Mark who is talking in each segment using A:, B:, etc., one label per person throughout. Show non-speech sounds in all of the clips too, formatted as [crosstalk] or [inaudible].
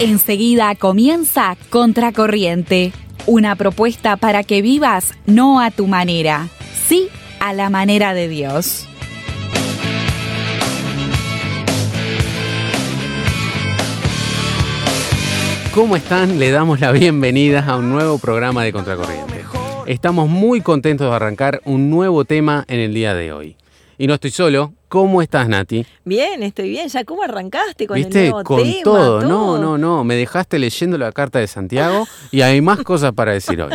A: Enseguida comienza Contracorriente, una propuesta para que vivas no a tu manera, sí a la manera de Dios.
B: ¿Cómo están? Le damos la bienvenida a un nuevo programa de Contracorriente. Estamos muy contentos de arrancar un nuevo tema en el día de hoy. Y no estoy solo. ¿Cómo estás, Nati?
C: Bien, estoy bien. ¿Ya cómo arrancaste con
B: ¿Viste?
C: el nuevo
B: Con
C: tema?
B: todo. No, no, no. Me dejaste leyendo la carta de Santiago y hay más cosas para decir hoy.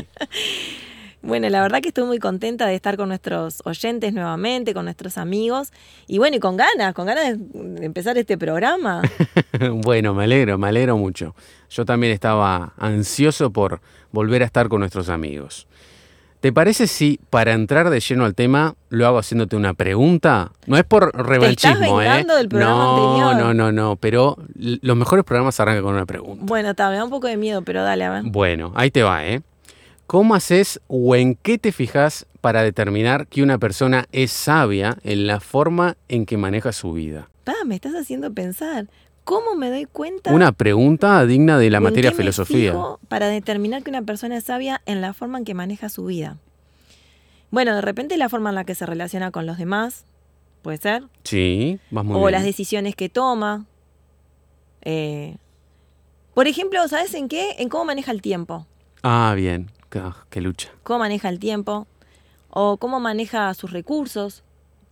C: Bueno, la verdad que estoy muy contenta de estar con nuestros oyentes nuevamente, con nuestros amigos. Y bueno, y con ganas, con ganas de empezar
B: [laughs]
C: este programa.
B: bueno, me alegro, me alegro mucho. Yo también estaba ansioso por volver a estar con nuestros amigos. ¿Te parece si para entrar de lleno al tema lo hago haciéndote una pregunta? No es por revanchismo, ¿eh?
C: vengando del programa
B: no,
C: anterior.
B: no, no, no, pero l- los mejores programas arrancan con una pregunta.
C: Bueno, está, me da un poco de miedo, pero dale, a ver.
B: Bueno, ahí te va, ¿eh? ¿Cómo haces o en qué te fijas para determinar que una persona es sabia en la forma en que maneja su vida?
C: Pa, me estás haciendo pensar. ¿Cómo me doy cuenta?
B: Una pregunta digna de la
C: ¿O en
B: materia
C: qué me
B: filosofía.
C: fijo para determinar que una persona es sabia en la forma en que maneja su vida. Bueno, de repente la forma en la que se relaciona con los demás, puede ser,
B: Sí, vas muy
C: o
B: bien.
C: las decisiones que toma. Eh, por ejemplo, ¿sabes en qué? En cómo maneja el tiempo.
B: Ah, bien. Ah, qué lucha.
C: Cómo maneja el tiempo. O cómo maneja sus recursos.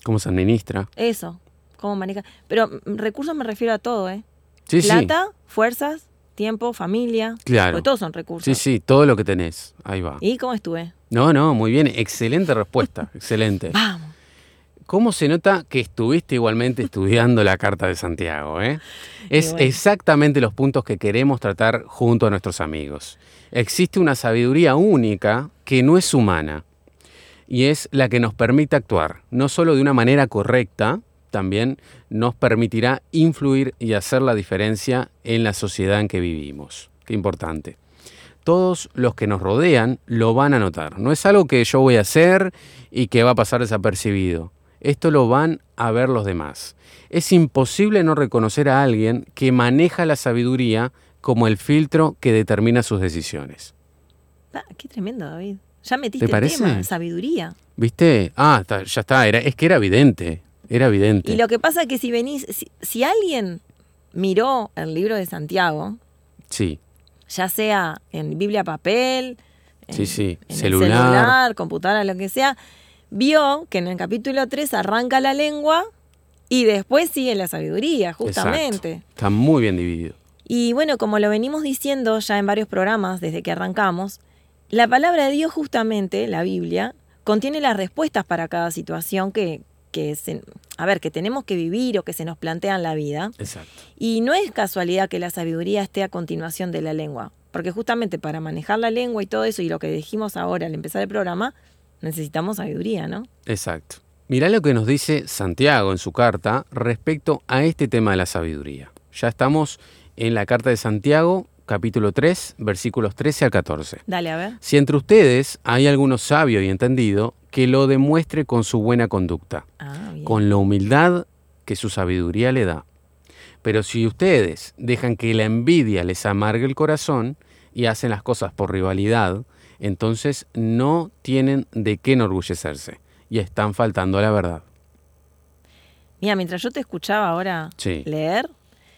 B: ¿Cómo se administra?
C: Eso. Cómo maneja. Pero mm, recursos me refiero a todo, ¿eh?
B: Sí,
C: Plata, fuerzas, tiempo, familia.
B: sí. Claro.
C: Porque todos son recursos.
B: Sí, sí, todo lo que tenés. Ahí va.
C: ¿Y cómo estuve?
B: No, no, muy bien. Excelente
C: [laughs]
B: respuesta. Excelente.
C: Vamos.
B: ¿Cómo se nota que estuviste igualmente estudiando la Carta de Santiago? eh? Es
C: bueno.
B: exactamente los puntos que queremos tratar junto a nuestros amigos. Existe una sabiduría única que no es humana y es la que nos permite actuar, no solo de una manera correcta, también nos permitirá influir y hacer la diferencia en la sociedad en que vivimos. Qué importante todos los que nos rodean lo van a notar. No es algo que yo voy a hacer y que va a pasar desapercibido. Esto lo van a ver los demás. Es imposible no reconocer a alguien que maneja la sabiduría como el filtro que determina sus decisiones.
C: Ah, qué tremendo, David. Ya metiste
B: ¿Te parece?
C: el tema, sabiduría.
B: ¿Viste? Ah, está- ya está. Era, es que era evidente. Era evidente.
C: Y lo que pasa es que si venís, si, si alguien miró el libro de Santiago,
B: Sí,
C: ya sea en Biblia papel, en,
B: Sí, sí,
C: en el
B: celular.
C: celular, computadora, lo que sea, vio que en el capítulo 3 arranca la lengua y después sigue la sabiduría, justamente.
B: exacto. Está muy bien dividido.
C: Y bueno, como lo venimos diciendo ya en varios programas desde que arrancamos, la palabra de Dios justamente, la Biblia, contiene las respuestas para cada situación que, que se- a ver, que tenemos que vivir o que se nos plantea en la vida.
B: Exacto.
C: Y no es casualidad que la sabiduría esté a continuación de la lengua, porque justamente para manejar la lengua y todo eso y lo que dijimos ahora al empezar el programa, necesitamos sabiduría, ¿no?
B: Exacto. Mirá lo que nos dice Santiago en su carta respecto a este tema de la sabiduría. Ya estamos en la carta de Santiago, capítulo 3, versículos 13 al 14.
C: Dale, a ver.
B: Si entre ustedes hay alguno sabio y entendido, que lo demuestre con su buena conducta
C: Ah, bien.
B: con la humildad que su sabiduría le da. Pero si ustedes dejan que la envidia les amargue el corazón y hacen las cosas por rivalidad, entonces no tienen de qué enorgullecerse y están faltando a la verdad.
C: Mira, mientras yo te escuchaba ahora
B: Sí.
C: leer,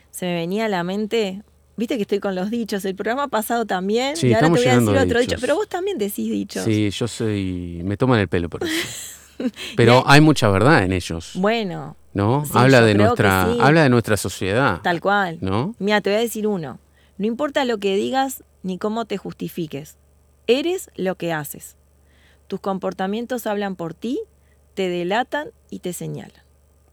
C: se me venía a la mente, viste que estoy con los dichos, el programa pasado también,
B: Sí,
C: y ahora te
B: estamos
C: voy a decir
B: llenando de
C: otro dicho,
B: dichos.
C: pero vos también decís dichos.
B: Sí, yo soy... me toman el pelo por eso.
C: [laughs]
B: Pero hay mucha verdad en ellos,
C: Bueno,
B: ¿no?
C: sí,
B: habla,
C: yo
B: de
C: creo que
B: nuestra,
C: sí.
B: habla de nuestra sociedad,
C: tal cual.
B: ¿no?
C: Mira, te voy a decir uno. No importa lo que digas ni cómo te justifiques, eres lo que haces. Tus comportamientos hablan por ti, te delatan y te señalan.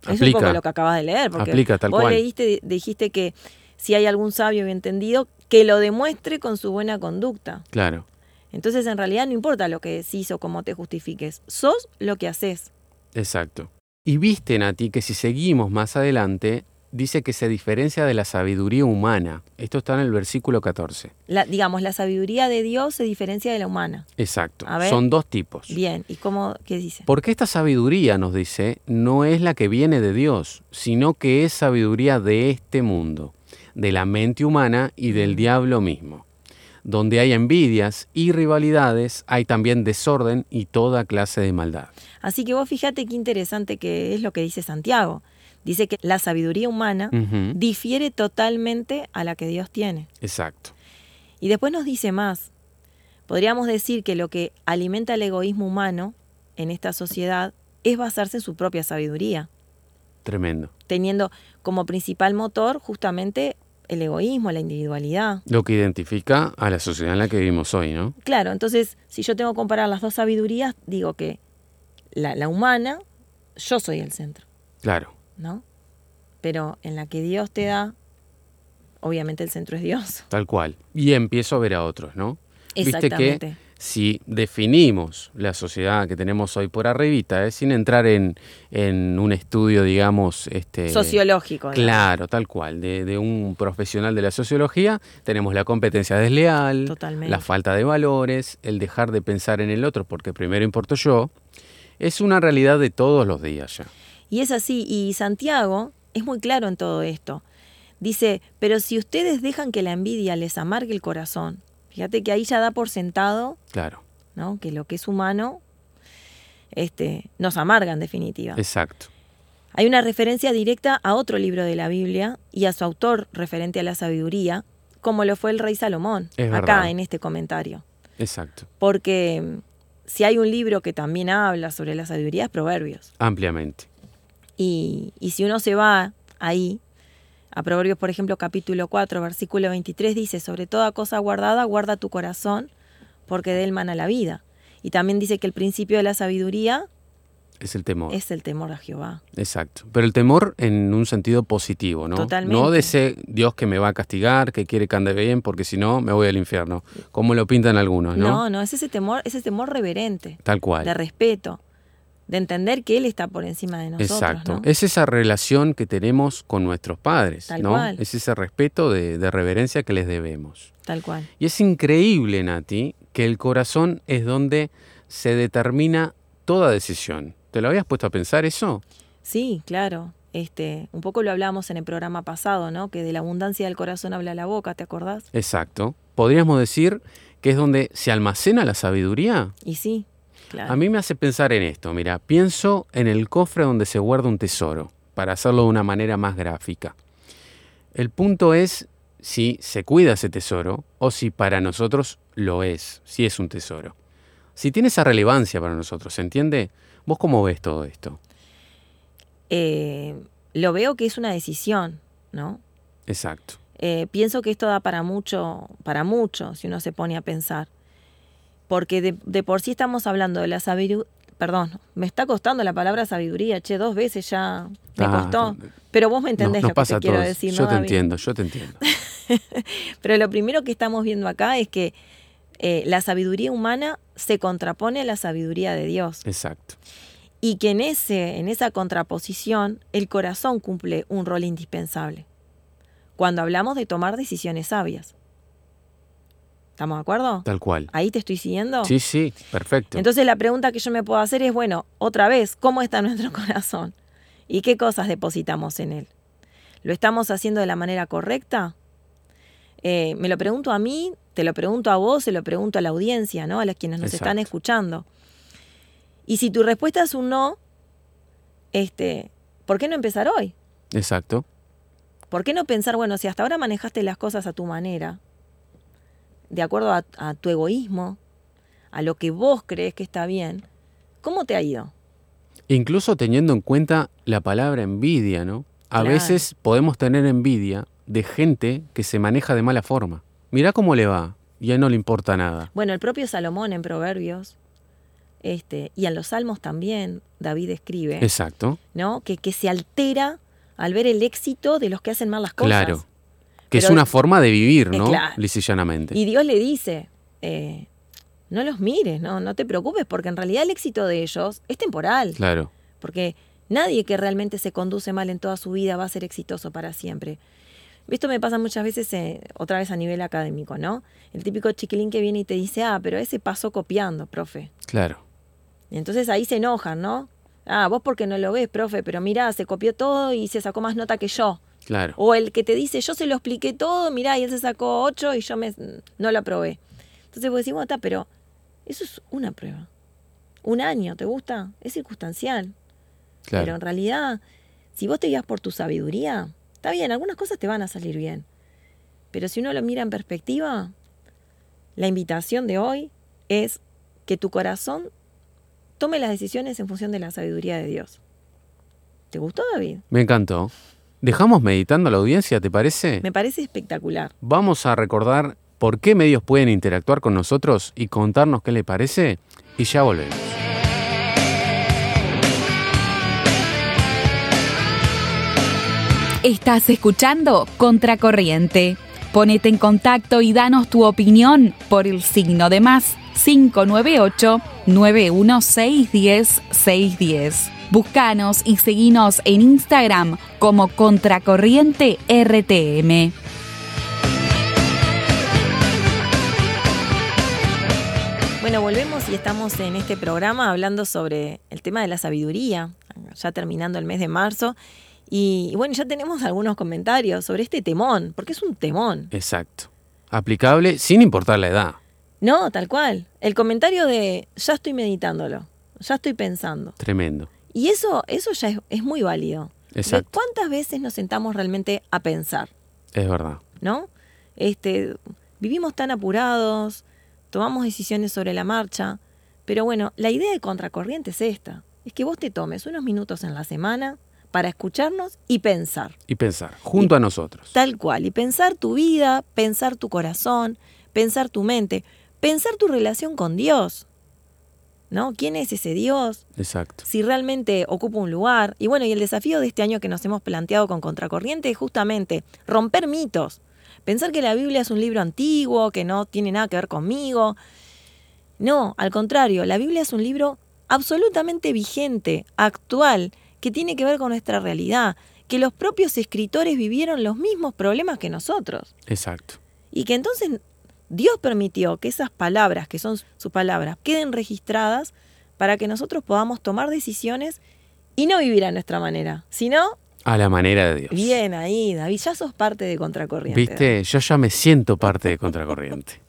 C: Es un poco
B: Aplica.
C: lo que acabas de leer, porque
B: Aplica, tal
C: vos
B: cual.
C: leíste, dijiste que si hay algún sabio bien entendido, que lo demuestre con su buena conducta.
B: Claro,
C: Entonces, en realidad, no importa lo que decís o cómo te justifiques, sos lo que haces.
B: exacto. Y viste, Nati, que si seguimos más adelante, dice que se diferencia de la sabiduría humana. Esto está en el versículo 14.
C: La- digamos, la sabiduría de Dios se diferencia de la humana.
B: Exacto.
C: A ver.
B: Son dos tipos.
C: Bien, ¿y cómo, qué dice?
B: Porque esta sabiduría, nos dice, no es la que viene de Dios, sino que es sabiduría de este mundo, de la mente humana y
C: Mm.
B: del diablo mismo. Donde hay envidias y rivalidades, hay también desorden y toda clase de maldad.
C: Así que vos fíjate qué interesante que es lo que dice Santiago. Dice que la sabiduría humana
B: Ujú.
C: difiere totalmente a la que Dios tiene.
B: Exacto.
C: Y después nos dice más. Podríamos decir que lo que alimenta el egoísmo humano en esta sociedad es basarse en su propia sabiduría,
B: Tremendo.
C: teniendo como principal motor justamente el egoísmo, la individualidad.
B: Lo que identifica a la sociedad en la que vivimos hoy, ¿no?
C: Claro, entonces si yo tengo que comparar las dos sabidurías, digo que la, la humana, yo soy el centro,
B: Claro.
C: ¿no? Pero en la que Dios te da, obviamente el centro es Dios.
B: Tal cual. Y empiezo a ver a otros, ¿no? Viste que
C: Exactamente.
B: si definimos la sociedad que tenemos hoy por arribita, ¿eh? sin entrar en, en un estudio, digamos, este,
C: Sociológico. digamos.
B: Claro, tal cual, de, de un profesional de la sociología, tenemos la competencia desleal,
C: Totalmente.
B: la falta de valores, el dejar de pensar en el otro porque primero importo yo. Es una realidad de todos los días ya.
C: Y es así, y Santiago es muy claro en todo esto. Dice, pero si ustedes dejan que la envidia les amargue el corazón, fíjate que ahí ya da por sentado,
B: Claro,
C: ¿no? Que lo que es humano este, nos amarga en definitiva.
B: exacto.
C: Hay una referencia directa a otro libro de la Biblia y a su autor referente a la sabiduría, como lo fue el rey Salomón,
B: Es
C: acá
B: verdad.
C: en este comentario.
B: Exacto.
C: Porque mm, si hay un libro que también habla sobre la sabiduría es Proverbios.
B: Ampliamente.
C: Y, y si uno se va ahí, a Proverbios, por ejemplo, capítulo 4, versículo 23, dice, sobre toda cosa guardada, guarda tu corazón, porque de él mana la vida. Y también dice que el principio de la sabiduría
B: Es el temor.
C: es el temor a Jehová.
B: Exacto. Pero el temor en un sentido positivo, ¿no?
C: Totalmente.
B: No de ese Dios que me va a castigar, que quiere que ande bien, porque si no, me voy al infierno. Como lo pintan algunos, ¿Ah, ¿no?
C: No, no, es ese temor, es ese temor reverente,
B: Tal cual.
C: de respeto, de entender que él está por encima de nosotros.
B: Exacto.
C: ¿no?
B: Es esa relación que tenemos con nuestros padres,
C: Tal
B: ¿no?
C: cual.
B: Es ese respeto de, de reverencia que les debemos.
C: Tal cual.
B: Y es increíble, Nati, que el corazón es donde se determina toda decisión. ¿Te lo habías puesto a pensar eso?
C: Sí, claro. Este, un poco lo hablábamos en el programa pasado, ¿no? Que de la abundancia del corazón habla la boca, ¿te acordás?
B: Exacto. Podríamos decir que es donde se almacena la sabiduría.
C: Y sí, claro.
B: A mí me hace pensar en esto, mira, pienso en el cofre donde se guarda un tesoro, para hacerlo de una manera más gráfica. El punto es si se cuida ese tesoro o si para nosotros lo es, si es un tesoro. Si tiene esa relevancia para nosotros, ¿se entiende? ¿Vos cómo ves todo esto?
C: eh, lo veo que es una decisión, ¿no?
B: Exacto.
C: Eh, pienso que esto da para mucho, para mucho, si uno se pone a pensar. Porque de, de por sí estamos hablando de la sabiduría. Perdón, me está costando la palabra sabiduría, che, dos veces ya me
B: Ah,
C: costó.
B: no-
C: Pero vos me entendés
B: Nos- nos
C: lo que
B: pasa
C: te
B: a
C: quiero
B: todos.
C: decir,
B: yo
C: ¿no,
B: te
C: David?
B: entiendo, yo te
C: [laughs]
B: entiendo.
C: Pero lo primero que estamos viendo acá es que eh, la sabiduría humana se contrapone a la sabiduría de Dios.
B: Exacto.
C: Y que en, ese, en esa contraposición el corazón cumple un rol indispensable. Cuando hablamos de tomar decisiones sabias. ¿Estamos de acuerdo?
B: Tal cual.
C: ¿Ahí te estoy siguiendo?
B: Sí, sí, perfecto.
C: Entonces la pregunta que yo me puedo hacer es, bueno, otra vez, ¿cómo está [laughs] nuestro corazón? ¿Y qué cosas depositamos en él? ¿Lo estamos haciendo de la manera correcta? Eh, me lo pregunto a mí, te lo pregunto a vos, se lo pregunto a la audiencia, ¿no? A los quienes nos están
B: Exacto.
C: escuchando. Y si tu respuesta es un no, este, ¿por qué no empezar hoy?
B: Exacto.
C: ¿Por qué no pensar, bueno, si hasta ahora manejaste las cosas a tu manera, de acuerdo a, a tu egoísmo, a lo que vos crees que está bien, ¿cómo te ha ido?
B: Incluso teniendo en cuenta la palabra envidia, ¿no? A
C: Claro.
B: veces podemos tener envidia de gente que se maneja de mala forma. Mirá cómo le va, y a él no le importa nada.
C: Bueno, el propio Salomón en Proverbios, este, y en los Salmos también, David escribe,
B: Exacto,
C: ¿no? Que, que se altera al ver el éxito de los que hacen mal las cosas.
B: claro. Que es
C: Pero-
B: una forma de vivir,
C: Eh,
B: ¿no?
C: claro.
B: Lisa y llanamente.
C: Y Dios le dice, eh, no los mires, no, no te preocupes, porque en realidad el éxito de ellos es temporal.
B: Claro,
C: Porque nadie que realmente se conduce mal en toda su vida va a ser exitoso para siempre. Esto me pasa muchas veces, eh, otra vez a nivel académico, ¿no? El típico chiquilín que viene y te dice, ah, pero ese pasó copiando, profe.
B: claro.
C: Y entonces ahí se enojan, ¿no? Ah, vos porque no lo ves, profe, pero mirá, se copió todo y se sacó más nota que yo.
B: Claro.
C: O el que te dice, yo se lo expliqué todo, mirá, y él se sacó 8 y yo me, no lo aprobé. Entonces vos decís, bueno, está, pero eso es una prueba. Un año, ¿te gusta? Es circunstancial.
B: Claro.
C: Pero en realidad, si vos te guías por tu sabiduría, está bien, algunas cosas te van a salir bien. Pero si uno lo mira en perspectiva, la invitación de hoy es que tu corazón tome las decisiones en función de la sabiduría de Dios. ¿Te gustó, David?
B: Me encantó. ¿Dejamos meditando a la audiencia, te parece?
C: Me parece espectacular.
B: Vamos a recordar por qué medios pueden interactuar con nosotros y contarnos qué le parece y ya volvemos.
A: Estás escuchando Contracorriente. Ponete en contacto y danos tu opinión por el signo de más 598-91610-610. Buscanos y seguinos en Instagram como Contracorriente RTM.
C: Bueno, volvemos y estamos en este programa hablando sobre el tema de la sabiduría, ya terminando el mes de marzo. Y, y bueno, ya tenemos algunos comentarios sobre este temón, porque es un temón.
B: Exacto. Aplicable sin importar la edad.
C: No, tal cual. El comentario de ya estoy meditándolo, ya estoy pensando.
B: Tremendo.
C: Y eso, eso ya es, es muy válido.
B: Exacto.
C: ¿De ¿Cuántas veces nos sentamos realmente a pensar?
B: Es verdad.
C: ¿No? Este, vivimos tan apurados, tomamos decisiones sobre la marcha, pero bueno, la idea de contracorriente es esta, es que vos te tomes unos minutos en la semana para escucharnos y pensar,
B: Y pensar, junto a nosotros.
C: tal cual, y pensar tu vida, pensar tu corazón, pensar tu mente, pensar tu relación con Dios. ¿No? ¿Quién es ese Dios?
B: Exacto.
C: si realmente ocupa un lugar. Y bueno, y el desafío de este año que nos hemos planteado con Contracorriente es justamente romper mitos. Pensar que la Biblia es un libro antiguo, que no tiene nada que ver conmigo. No, al contrario, la Biblia es un libro absolutamente vigente, actual, que tiene que ver con nuestra realidad, que los propios escritores vivieron los mismos problemas que nosotros.
B: Exacto.
C: Y que entonces Dios permitió que esas palabras, que son sus palabras, queden registradas para que nosotros podamos tomar decisiones y no vivir a nuestra manera. Si no,
B: A la manera de Dios.
C: bien ahí, David, ya sos parte de Contracorriente.
B: Viste, yo ya me siento parte de Contracorriente.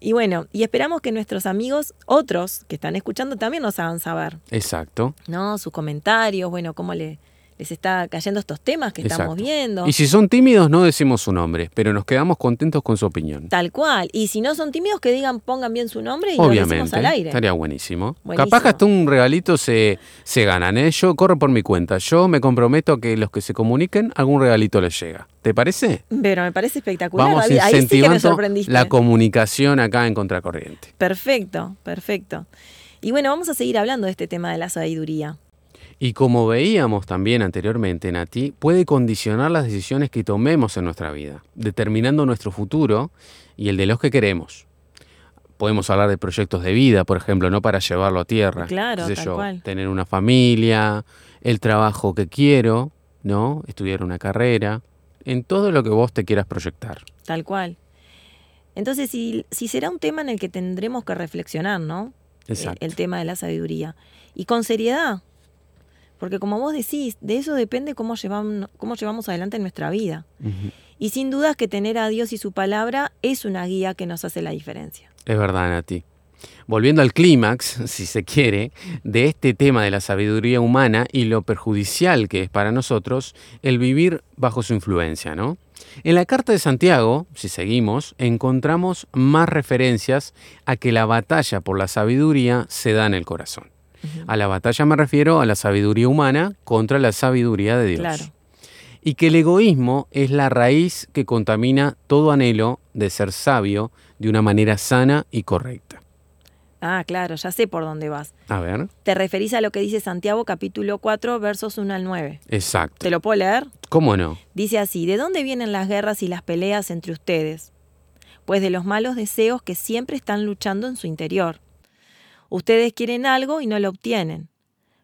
C: Y bueno, y esperamos que nuestros amigos, otros que están escuchando, también nos hagan saber,
B: Exacto.
C: ¿no? Sus comentarios, bueno, cómo le- les está cayendo estos temas que estamos
B: Exacto.
C: viendo.
B: Y si son tímidos, no decimos su nombre, pero nos quedamos contentos con su opinión.
C: Tal cual. Y si no son tímidos, que digan, pongan bien su nombre y lo decimos
B: Obviamente,
C: al aire.
B: estaría buenísimo.
C: Buenísimo.
B: Capaz que hasta un regalito se, se ganan, ¿eh? Yo corro por mi cuenta. Yo me comprometo a que los que se comuniquen, algún regalito les llega. ¿Te parece?
C: Pero me parece espectacular,
B: Vamos
C: David. Ahí sí que me
B: incentivando
C: sorprendiste.
B: la comunicación acá en Contracorriente.
C: Perfecto, perfecto. Y bueno, vamos a seguir hablando de este tema de la sabiduría.
B: Y como veíamos también anteriormente, Nati, puede condicionar las decisiones que tomemos en nuestra vida, determinando nuestro futuro y el de los que queremos. Podemos hablar de proyectos de vida, por ejemplo, no para llevarlo a tierra.
C: Claro,
B: qué sé
C: tal cual.
B: Tener una familia, el trabajo que quiero, ¿no? Estudiar una carrera, en todo lo que vos te quieras proyectar.
C: Tal cual. Entonces, si, si será un tema en el que tendremos que reflexionar, ¿no?
B: Exacto.
C: El, el tema de la sabiduría. Y con seriedad. Porque como vos decís, de eso depende cómo llevamos, cómo llevamos adelante nuestra vida.
B: Ujú.
C: Y sin dudas que tener a Dios y su palabra es una guía que nos hace la diferencia.
B: Es verdad, Nati. Volviendo al clímax, si se quiere, de este tema de la sabiduría humana y lo perjudicial que es para nosotros el vivir bajo su influencia, ¿no? En la carta de Santiago, si seguimos, encontramos más referencias a que la batalla por la sabiduría se da en el corazón. A la batalla me refiero a la sabiduría humana contra la sabiduría de Dios
C: Claro.
B: y que el egoísmo es la raíz que contamina todo anhelo de ser sabio de una manera sana y correcta.
C: Ah, claro, ya sé por dónde vas.
B: A ver,
C: Te referís a lo que dice Santiago capítulo 4 versos 1 al 9.
B: exacto.
C: ¿Te lo puedo leer?
B: ¿Cómo no?
C: Dice así, ¿de dónde vienen las guerras y las peleas entre ustedes? Pues de los malos deseos que siempre están luchando en su interior. Ustedes quieren algo y no lo obtienen.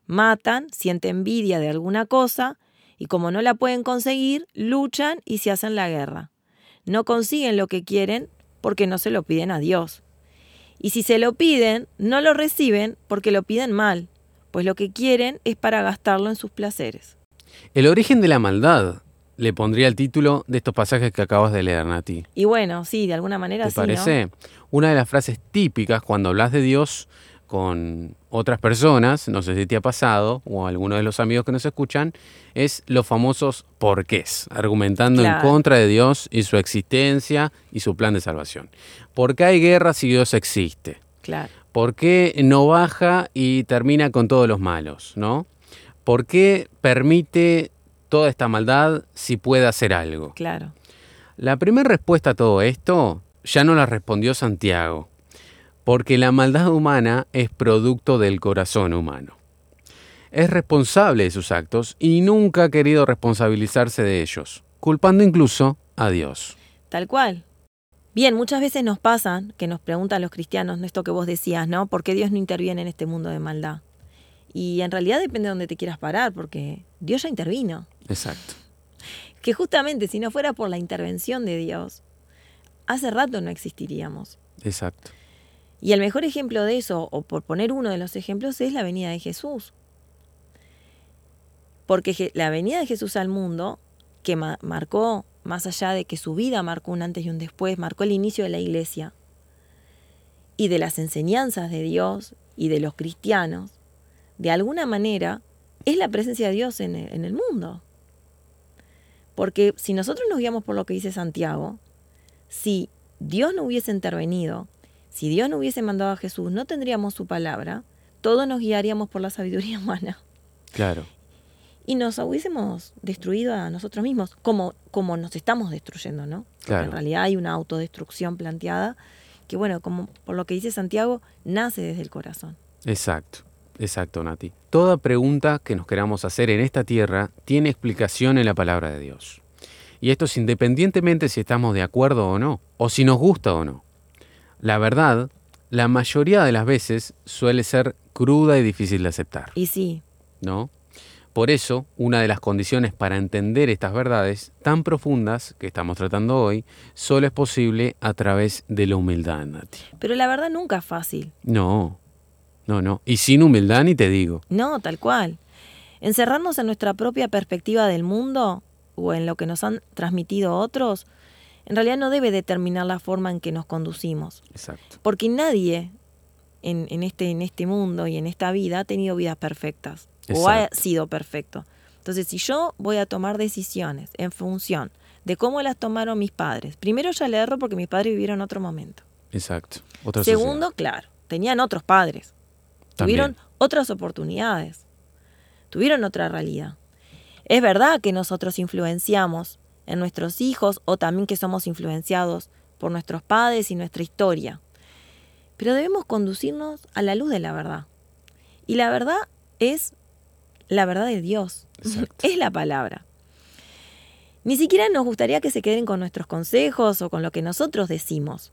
C: Matan, sienten envidia de alguna cosa y como no la pueden conseguir, luchan y se hacen la guerra. No consiguen lo que quieren porque no se lo piden a Dios. Y si se lo piden, no lo reciben porque lo piden mal, pues lo que quieren es para gastarlo en sus placeres.
B: El origen de la maldad le pondría el título de estos pasajes que acabas de leer, Nati.
C: Y bueno, sí, de alguna manera
B: ¿Te
C: sí, ¿no?
B: parece? Una de las frases típicas cuando hablas de Dios con otras personas, no sé si te ha pasado, o alguno de los amigos que nos escuchan, es los famosos porqués, argumentando en
C: Claro.
B: contra de Dios y su existencia y su plan de salvación. ¿Por qué hay guerra si Dios existe?
C: Claro.
B: ¿Por qué no baja y termina con todos los malos? ¿No? ¿Por qué permite toda esta maldad si puede hacer algo?
C: Claro.
B: La primera respuesta a todo esto ya no la respondió Santiago, porque la maldad humana es producto del corazón humano. Es responsable de sus actos y nunca ha querido responsabilizarse de ellos, culpando incluso a Dios.
C: Tal cual. Bien, muchas veces nos pasa que nos preguntan los cristianos ¿no? esto que vos decías, ¿no? ¿Por qué Dios no interviene en este mundo de maldad? Y en realidad depende de dónde te quieras parar, porque Dios ya intervino.
B: Exacto.
C: Que justamente si no fuera por la intervención de Dios, hace rato no existiríamos.
B: Exacto.
C: Y el mejor ejemplo de eso, o por poner uno de los ejemplos, es la venida de Jesús. Porque Je- la venida de Jesús al mundo, que ma- marcó, más allá de que su vida marcó un antes y un después, marcó el inicio de la iglesia y de las enseñanzas de Dios y de los cristianos, de alguna manera es la presencia de Dios en el- en el mundo. Porque si nosotros nos guiamos por lo que dice Santiago, si Dios no hubiese intervenido, si Dios no hubiese mandado a Jesús, no tendríamos su palabra, todos nos guiaríamos por la sabiduría [laughs] humana
B: Claro.
C: y nos hubiésemos destruido a nosotros mismos, como, como nos estamos destruyendo, ¿no? Porque
B: Claro.
C: En realidad hay una autodestrucción planteada que, bueno, como por lo que dice Santiago, nace desde el corazón.
B: Exacto, exacto, Nati. Toda pregunta que nos queramos hacer en esta tierra tiene explicación en la palabra de Dios. Y esto es independientemente si estamos de acuerdo o no, o si nos gusta o no. La verdad, la mayoría de las veces suele ser cruda y difícil de aceptar,
C: Y sí,
B: ¿no? Por eso, una de las condiciones para entender estas verdades tan profundas que estamos tratando hoy, solo es posible a través de la humildad, Nati.
C: pero la verdad nunca es fácil.
B: No, no, no. Y sin humildad ni te digo.
C: No, tal cual. Encerrarnos en nuestra propia perspectiva del mundo o en lo que nos han transmitido otros, en realidad no debe determinar la forma en que nos conducimos.
B: Exacto.
C: Porque nadie en, en este, en este mundo y en esta vida ha tenido vidas perfectas o ha
B: Exacto.
C: sido perfecto. Entonces, si yo voy a tomar decisiones en función de cómo las tomaron mis padres, primero ya le erro porque mis padres vivieron otro momento.
B: Exacto. Otra
C: Segundo,
B: sociedad.
C: claro, tenían otros padres.
B: También.
C: Tuvieron otras oportunidades. Tuvieron otra realidad. Es verdad que nosotros influenciamos en nuestros hijos o también que somos influenciados por nuestros padres y nuestra historia. Pero debemos conducirnos a la luz de la verdad. Y la verdad es la verdad de Dios.
B: Exacto.
C: [laughs] Es la palabra. Ni siquiera nos gustaría que se queden con nuestros consejos o con lo que nosotros decimos.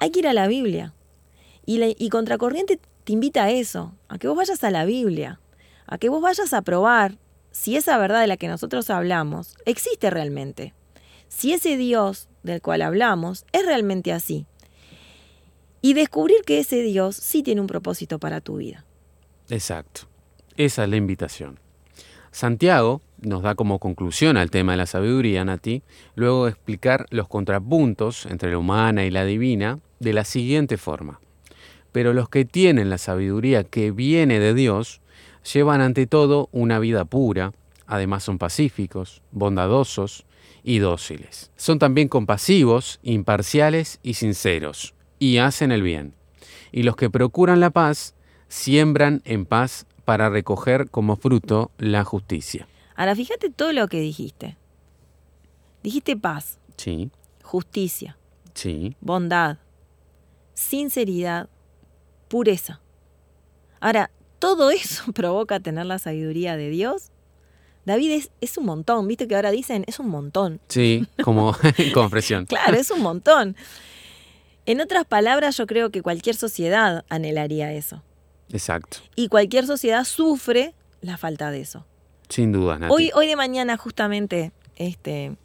C: Hay que ir a la Biblia. Y, la- y Contracorriente te invita a eso, a que vos vayas a la Biblia, a que vos vayas a probar si esa verdad de la que nosotros hablamos existe realmente. Si ese Dios del cual hablamos es realmente así. Y descubrir que ese Dios sí tiene un propósito para tu vida.
B: Exacto. Esa es la invitación. Santiago nos da como conclusión al tema de la sabiduría, Nati, luego de explicar los contrapuntos entre la humana y la divina de la siguiente forma. Pero los que tienen la sabiduría que viene de Dios llevan ante todo una vida pura, además son pacíficos, bondadosos y dóciles. Son también compasivos, imparciales y sinceros, y hacen el bien. Y los que procuran la paz siembran en paz para recoger como fruto la justicia.
C: Ahora fíjate todo lo que dijiste. Dijiste paz,
B: Sí,
C: justicia,
B: sí,
C: bondad, sinceridad, pureza. Ahora, todo eso [laughs] provoca tener la sabiduría de Dios. David es, es un montón, viste que ahora dicen, es un montón.
B: sí,
C: [laughs]
B: como [laughs] confesión.
C: Claro, es un montón. En otras palabras, yo creo que cualquier sociedad anhelaría eso.
B: Exacto,
C: Y cualquier sociedad sufre la falta de eso.
B: sin duda, Nati.
C: Hoy, hoy de mañana, justamente, este,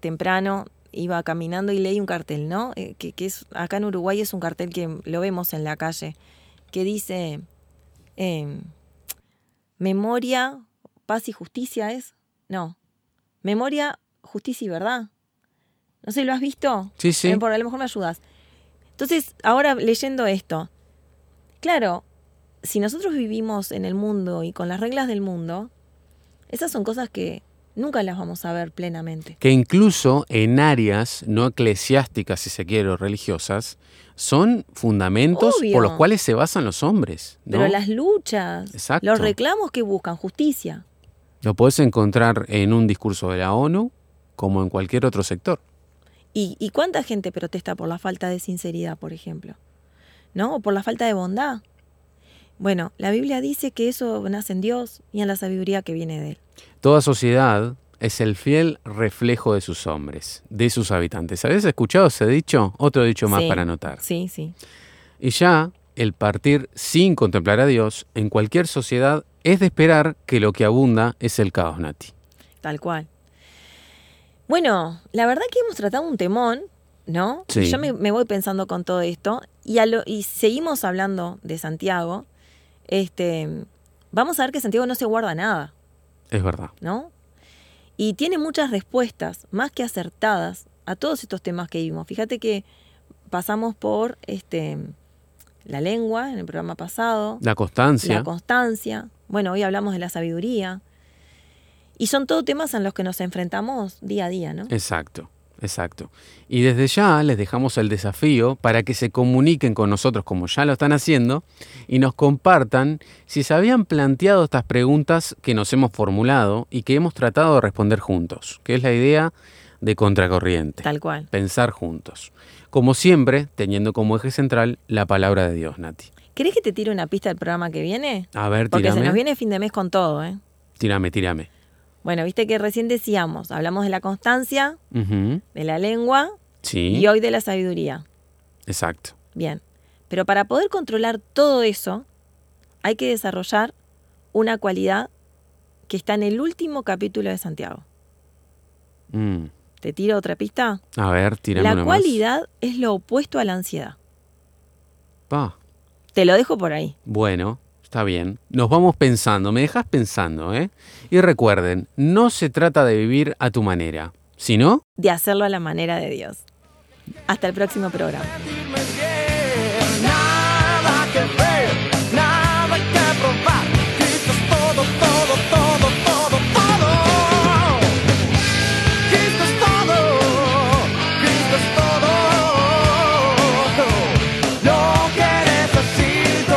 C: temprano, iba caminando y leí un cartel, ¿no? Eh, que, que es, acá en Uruguay es un cartel que lo vemos en la em, calle, que dice eh, memoria paz y justicia es? No. Memoria, justicia y verdad. No sé, ¿lo has visto?
B: Sí, sí.
C: Eh, por- a lo mejor me ayudas. Entonces, ahora leyendo esto, claro, si nosotros vivimos en el mundo y con las reglas del mundo, esas son cosas que nunca las vamos a ver plenamente.
B: que incluso en áreas no eclesiásticas, si se quiere, o religiosas, son fundamentos
C: Obvio.
B: por los cuales se basan los hombres. ¿no?
C: Pero las luchas,
B: Exacto.
C: los reclamos que buscan, justicia.
B: Lo podés encontrar en un discurso de la ONU como en cualquier otro sector.
C: ¿Y, y cuánta gente protesta por la falta de sinceridad, por ejemplo? ¿No? O por la falta de bondad. Bueno, la Biblia dice que eso nace en Dios y en la sabiduría que viene de Él.
B: Toda sociedad es el fiel reflejo de sus hombres, de sus habitantes. ¿Habías escuchado ese dicho? Otro dicho más
C: Sí.
B: para anotar.
C: Sí, sí.
B: Y ya el partir sin contemplar a Dios en cualquier sociedad es de esperar que lo que abunda es el caos, Nati.
C: Tal cual. Bueno, la verdad que hemos tratado un temón, ¿no?
B: Sí.
C: Yo me, me voy pensando con todo esto y, a lo- y seguimos hablando de Santiago. Este, vamos a ver que Santiago no se guarda nada,
B: Es verdad.
C: ¿no? Y tiene muchas respuestas, más que acertadas, a todos estos temas que vimos. Fíjate que pasamos por este, la lengua en el programa pasado,
B: La constancia.
C: la constancia. Bueno, hoy hablamos de la sabiduría. Y son todo temas en los que nos enfrentamos día a día,
B: Este.
C: ¿no?
B: Exacto, exacto. Y desde ya les dejamos el desafío para que se comuniquen con nosotros como ya lo están haciendo y nos compartan si se habían planteado estas preguntas que nos hemos formulado y que hemos tratado de responder juntos, que es la idea de contracorriente,
C: Tal cual.
B: pensar juntos. Como siempre, teniendo como eje central la palabra de Dios, Nati.
C: ¿Querés que te tire una pista del programa que viene?
B: A ver,
C: Porque se nos
B: tírame,
C: viene fin de mes con todo, ¿eh?
B: tírame, tírame.
C: Bueno, viste que recién decíamos, hablamos de la constancia,
B: Ujú,
C: de la lengua
B: Sí,
C: y hoy de la sabiduría.
B: exacto.
C: Bien. Pero para poder controlar todo eso, hay que desarrollar una cualidad que está en el último capítulo de Santiago.
B: Mm,
C: ¿Te tiro otra pista?
B: A ver, tírame
C: la
B: una más.
C: cualidad es lo opuesto a la ansiedad.
B: Pa.
C: Te lo dejo por ahí.
B: Bueno, está bien. Nos vamos pensando, me dejas pensando, ¿eh? Y recuerden, no se trata de vivir a tu manera, sino
C: de hacerlo a la manera de Dios. Hasta el próximo programa.
D: Nada que ver, nada que probar. Cristo es todo, todo, todo, todo, todo. Cristo es todo, Cristo es todo. Lo que necesito.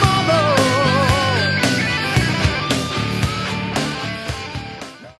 D: todo.